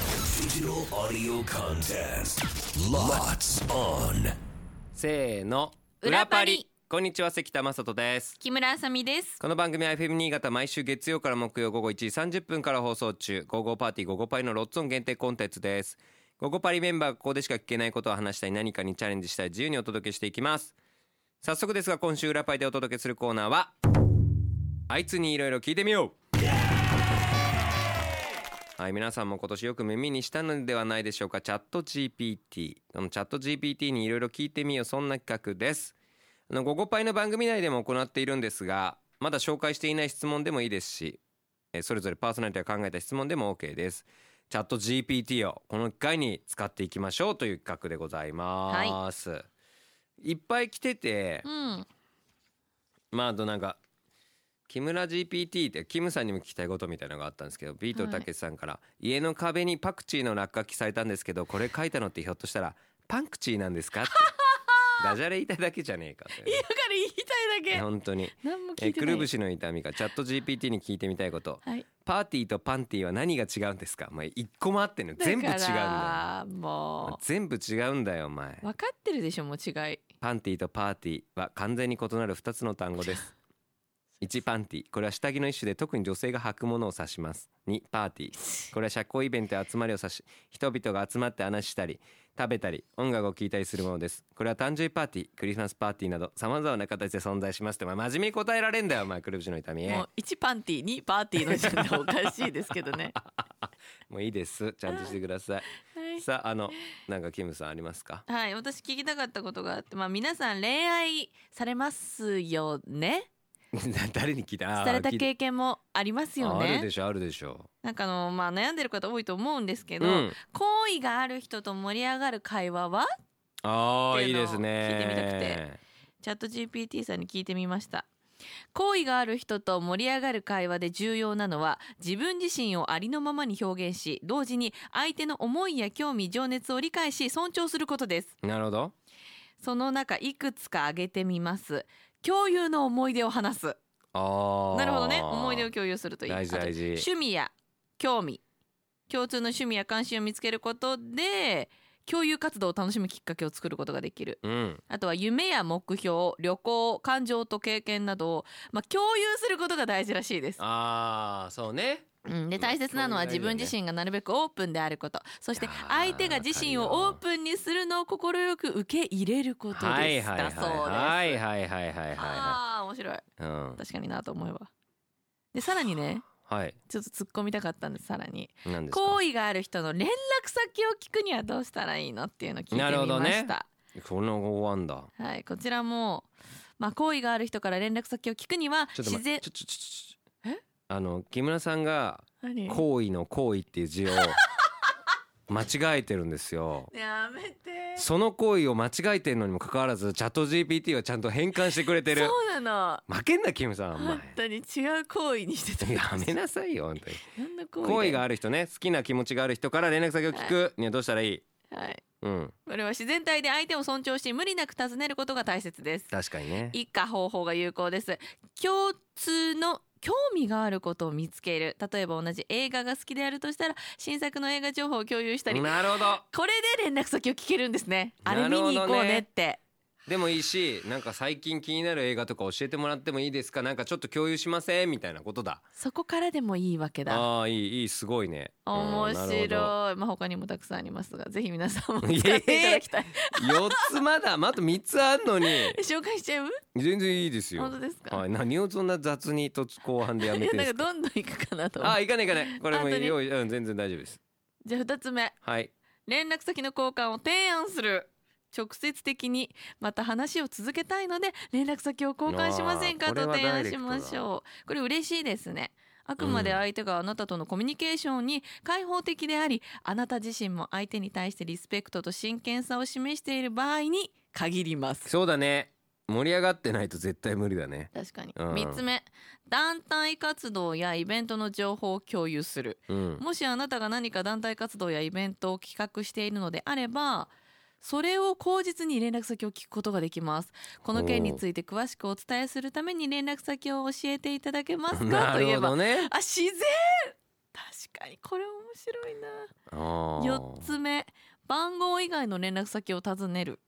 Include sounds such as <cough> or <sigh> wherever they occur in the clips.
Digital audio contest. Lots on. せーの裏パリこんにちは関田正人です木村あさみですこの番組は FM 新潟毎週月曜から木曜午後1時30分から放送中午後パーティー午後パリのロッツオン限定コンテンツです午後パリメンバーがここでしか聞けないことを話したり何かにチャレンジしたり自由にお届けしていきます早速ですが今週裏パリでお届けするコーナーはあいつにいろいろ聞いてみようはい皆さんも今年よく耳にしたのではないでしょうかチャット GPT このチャット GPT にいろいろ聞いてみようそんな企画ですあの「ゴゴパイ」の番組内でも行っているんですがまだ紹介していない質問でもいいですしえーそれぞれパーソナリティが考えた質問でも OK ですチャット GPT をこの機会に使っていきましょうという企画でございます、い、っぱい来ててうんまああとなんか木村 GPT ってキムさんにも聞きたいことみたいなのがあったんですけどビートたけしさんから、家の壁にパクチーの落書きされたんですけどこれ書いたのってひょっとしたらパンクチーなんですかって <laughs> ダジャレ言いたいだけじゃねえかってねだから言いたいだけ本当に何も聞えいーてくないるぶしの痛みかチャット GPT に聞いてみたいことはいパーティーとパンティーは何が違うんですかまあ一個もあってんの全部違うんだよだよまあも全部違うんだよお前う分かってるでしょもう違いパンティーとパーティーは完全に異なる2つの単語 <laughs> です1パンティーこれは下着の一種で特に女性が履くものを指します2パーティーこれは社交イベントや集まりを指し人々が集まって話したり食べたり音楽を聴いたりするものですこれは誕生日パーティークリスマスパーティーなどさまざまな形で存在しますってお前真面目に答えられんだよお前くるぶしの痛みもう一パンティーにパーティーの時点でおかしいですけ <laughs> どねもういいですちゃんとしてくださいはいさああのなんかキムさんありますか <laughs> はい私聞きたかったことがあってまあ皆さん恋愛されますよね誰に聞いたあーされた聞い経験もありますよああるでねしょあるでしょなんかあのまあ悩んでる方多いと思うんですけうど、ん好意がある人と盛り上がる会話はああっていいいうのをですね聞いてみたくてチャット GPT さんに聞いてみました好意がある人と盛り上がる会話で重要なのは自分自身をありのままに表現し同時に相手の思いや興味情熱を理解し尊重することですなるほどその中いくつか挙げてみます共有の思い出を話すああなるほどね思い出を共有するといい大事あと大事趣味や興味共通の趣味や関心を見つけることで共有活動を楽しむきっかけを作ることができるうんあとは夢や目標、旅行、感情と経験などを、まあ、共有することが大事らしいです。ああそうねうん、でまあ大切なのは共有大事自だよね分自身がなるべくオープンであることそしていやー相手が自身わかるよをオープンにするのを快く受け入れることはでいすはいはいだそうです。はいはいはいはいはいはああ面白いいうん確かになと思えば。でさらにねはいちょっと突っ込みたかったんですさらになんです好か意がある人の連絡先を聞くにはどうしたらいいのっていうのを聞いてみました。なるほどねこの後ワンだはい、こちらも、まあ、好意がある人から連絡先を聞くにはちょっと自待っ然てちょちょちょちょあの木村さんが何行為の行為っていう <laughs> 字を間違えてるんですよやめてその行為を間違えてるのにもかかわらずチャット GPT はちゃんと変換してくれてるそうな負けんなキムさんおの前本当に違う行為にして <laughs> たやめなさいよ本当に何の行為好意がある、る人ね好きな気持ちがある人から連絡先を聞くにはどうしたらいいはい、うんこれは自然体で相手を尊重し無理なく尋ねることが大切です確かにね以下方法が有効です共通の興味があることを見つける例えば同じ映画が好きであるとしたら新作の映画情報を共有したりなるほどこれで連絡先を聞けるんですねあれなる見ほどにね行こうねってでもいいしなんか最近気になる映画とか教えてもらってもいいですかなんかちょっと共有しませんみたいなことだそこからでもいいわけだああいいいいすごいねうんな面るほど白い、まあ他にもたくさんありますがぜひ皆さんも使っていただき <laughs> たい、四つまだあと三つあん <laughs> のに紹介しちゃう全然いいですよ本当ですか、 <laughs> はい何をそんな雑に突後半でやいめやてんなんでかすかどんどんいくかなと思うあーいかないいかないこれも本当に用意うん全然大丈夫ですじゃあ2つ目はい連絡先の交換を提案する直接的にまた話を続けたいので連絡先を交換しませんあかーこれとは提ダイ案レクしトだましょうこれ嬉しいですねあくまで相手があなたとのコミュニケーションに開放的であり、あなた自身も相手に対してリスペクトと真剣さを示している場合に限りますそうだね盛り上がってないと絶対無理だね確かに、うん3つ目団体活動やイベントの情報を共有するうんもしあなたが何か団体活動やイベントを企画しているのであればそれを口実に連絡先を聞くことができますこの件について詳しくお伝えするために連絡先を教えていただけますかなといえるほばどねあ自然確かにこれ面白いなあ4ーつ目番号以外の連絡先を尋ねる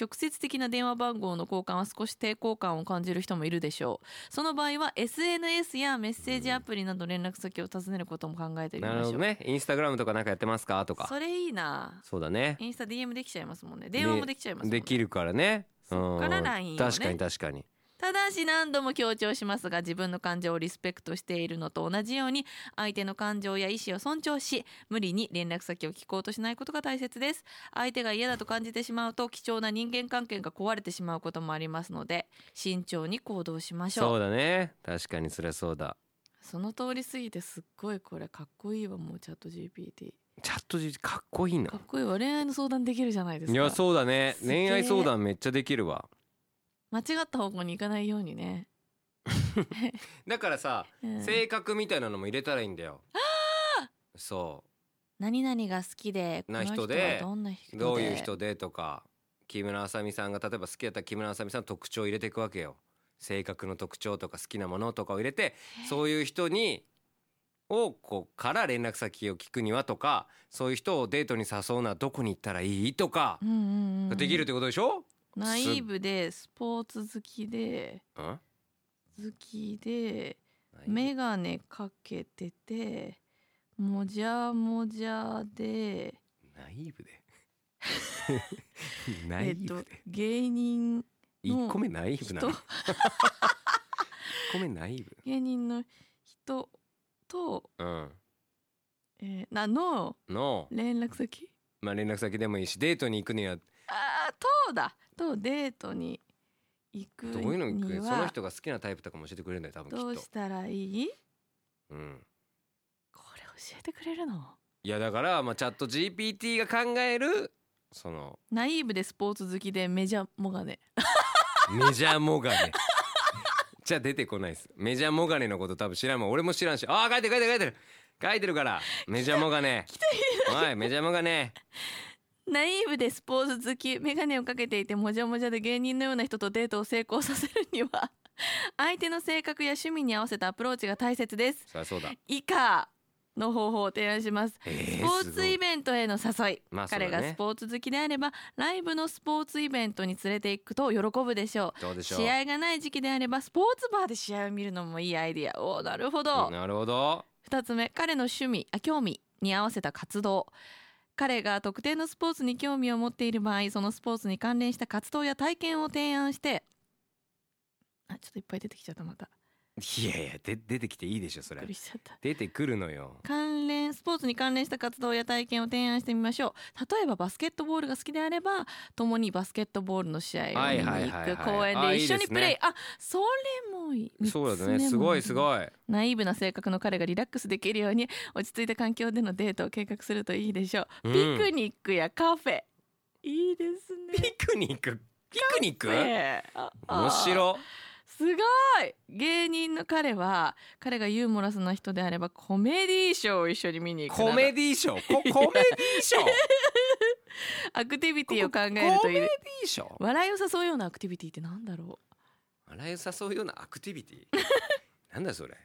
直接的な電話番号の交換は少し抵抗感を感じる人もいるでしょうその場合は SNS やメッセージアプリなど連絡先を尋ねることも考えてみなるましょほどうねインスタグラムとかなんかやってますかとかそれいいなそうだねインスタ DM できちゃいますもんね電話もできちゃいますもんねできるからねそっからうん LINE をね確かに確かにただし何度も強調しますが自分の感情をリスペクトしているのと同じように相手の感情や意思を尊重し無理に連絡先を聞こうとしないことが大切です相手が嫌だと感じてしまうと貴重な人間関係が壊れてしまうこともありますので慎重に行動しましょそううだね確かにそりゃそうだその通り過ぎてすっごいこれかっこいいわもうチャット GPT チャット GPT かっこいいなかっこいいわ恋愛の相談できるじゃないですいかやそうだねすげえ恋愛相談めっちゃできるわ間違った方向に行かないようにね、だからさうん性格みたいなのも入れたらいいんだよそ何々が好きでこのな人人ではどんな人うでどういう人でとか木村あさみさんが例えば好きだったら木村あさみさんの特徴を入れていくわけよ性格の特徴とか好きなものとかを入れてそういう人にをこうから連絡先を聞くにはとかそういう人をデートに誘うのはどこに行ったらいいとかうんうんうんうんできるってことでしょ、ナイーブでスポーツ好きでうん、好きで眼鏡かけててもじゃもじゃでナイーブ <laughs> でナイえーっブとで、芸人一個目ナイーブなの人1個目ナイー芸人の人と、ブうんえーなのの、連絡先まあ、連絡先でもいいしデートに行くにはああとだとデートに行くどういうのに行くにそのは人が好きなタイプとかも教えてくれるんだよ多分きっどうとしたらいいうん、これ教えてくれるのいやだから、まあ、チャット GPT が考えるそのナイーブでスポーツ好きでメジャーもがねメジャーモガネ。 <laughs> じゃあ出てこないです。メジャーモガネのこと多分知らんもん。俺も知らんし。ああ、書いてる書いてる書いてる。書いてるから。メジャーモガネ。おい、メジャーモガネ。ナイーブでスポーツ好きメガネをかけていてもじゃもじゃで芸人のような人とデートを成功させるには相手の性格や趣味に合わせたアプローチが大切ですそりゃそうだ。以下の方法を提案しますえスえポーツイベントへの誘い、まあそうだね彼がスポーツ好きであればライブのスポーツイベントに連れて行くと喜ぶでしょうどうでしょう。試合がない時期であればスポーツバーで試合を見るのもいいアイディアおーなるほど、なるほど。 2つ目彼の趣味あ興味に合わせた活動彼が特定のスポーツに興味を持っている場合そのスポーツに関連した活動や体験を提案してあちょっといっぱい出てきちゃったまたいやいや、で出てきていいでしょ、そびっれく。りしちゃった出てくるのよ。関連スポーツに関連した活動や体験を提案してみましょう例えばバスケットボールが好きであれば共にバスケットボールの試合を見にはいはい行はいくはい公園あでいい一緒にですねプレイあそれもいい三つ目そうだもね。すごいすいごい。ナイーブな性格の彼がリラックスできるように落ち着いた環境でのデートを計画するといいでしょう、うんピクニックやカフェいいですねピクニック。ピクニックねえああ面白。すごい芸人の彼は彼がユーモラスな人であればコメディーショーを一緒に見に行くなどコメディー <laughs> ショー。こコメディーショー。アクティビティを考コえるとメいいディーショー。笑いを誘うようなアクティビティってなんだろう笑いを誘うようなアクティビティなんだそれ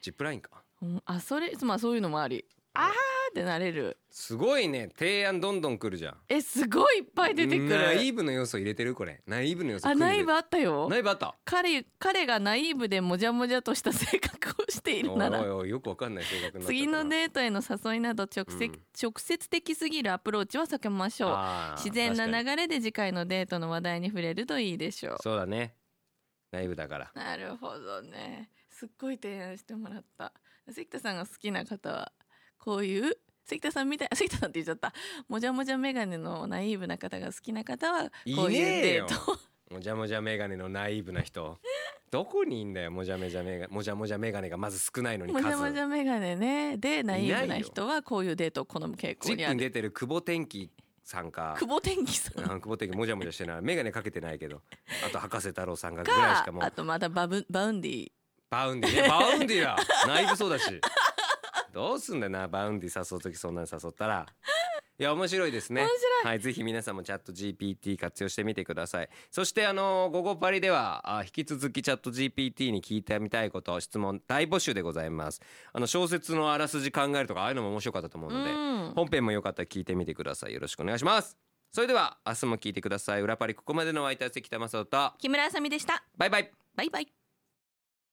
ジップラインかうんあそれまあそういうのもありあーってなれるすごいね提案どんどん来るじゃんえすごいいっぱい出てくナイるーブの要素入れてるこれナイーブの要素あナイーブあっあったよたナイーブあった彼彼がナイーブでもじゃもじゃとした性格をしているおないおいらおいよくわかんない性格になっちゃったな次のデートへの誘いなど直接,、うん直接的すぎるアプローチは避けましょうあー自然な確か流れで次回のデートの話題に触れるといいでしょうにそうだねナイーブだからなるほどねすっごい提案してもらった関田さんが好きな方はこういう関田さんみたいあ <laughs> 関田さんって言っちゃったもじゃもじゃメガネのナイーブな方が好きな方はこういねいうえデよートをもじゃもじゃメガネのナイーブな人どこにいんだよもじゃもじゃメガもじゃもじゃメガネがまず少ないのにも数じゃもじゃメガネねでナイーブな人はこういうデートを好む傾ジ向にッあプるに出てる久保天気さんか久保天気さんあの久保的もじゃもじゃしてない眼鏡かけてないけどあと博士太郎さんがぐらいしかかもあうとまたバブバウンディバウンディねバウンディだ内部そうだしどうすんだよなバウンディ誘う時そんなに誘ったらいや面白いですね面白はいぜひ皆さんもチャット GPT 活用してみてくださいそしてあの午後パリではあ引き続きチャット GPT に聞いてみたいこと質問大募集でございますあの小説のあらすじ考えるとかああいうのも面白かったと思うので、うん本編もよかったら聞いてみてくださいよろしくお願いしますそれでは明日も聞いてください裏パリここまでのお相手は関田正人と木村あさみでしたバイバイバイバイ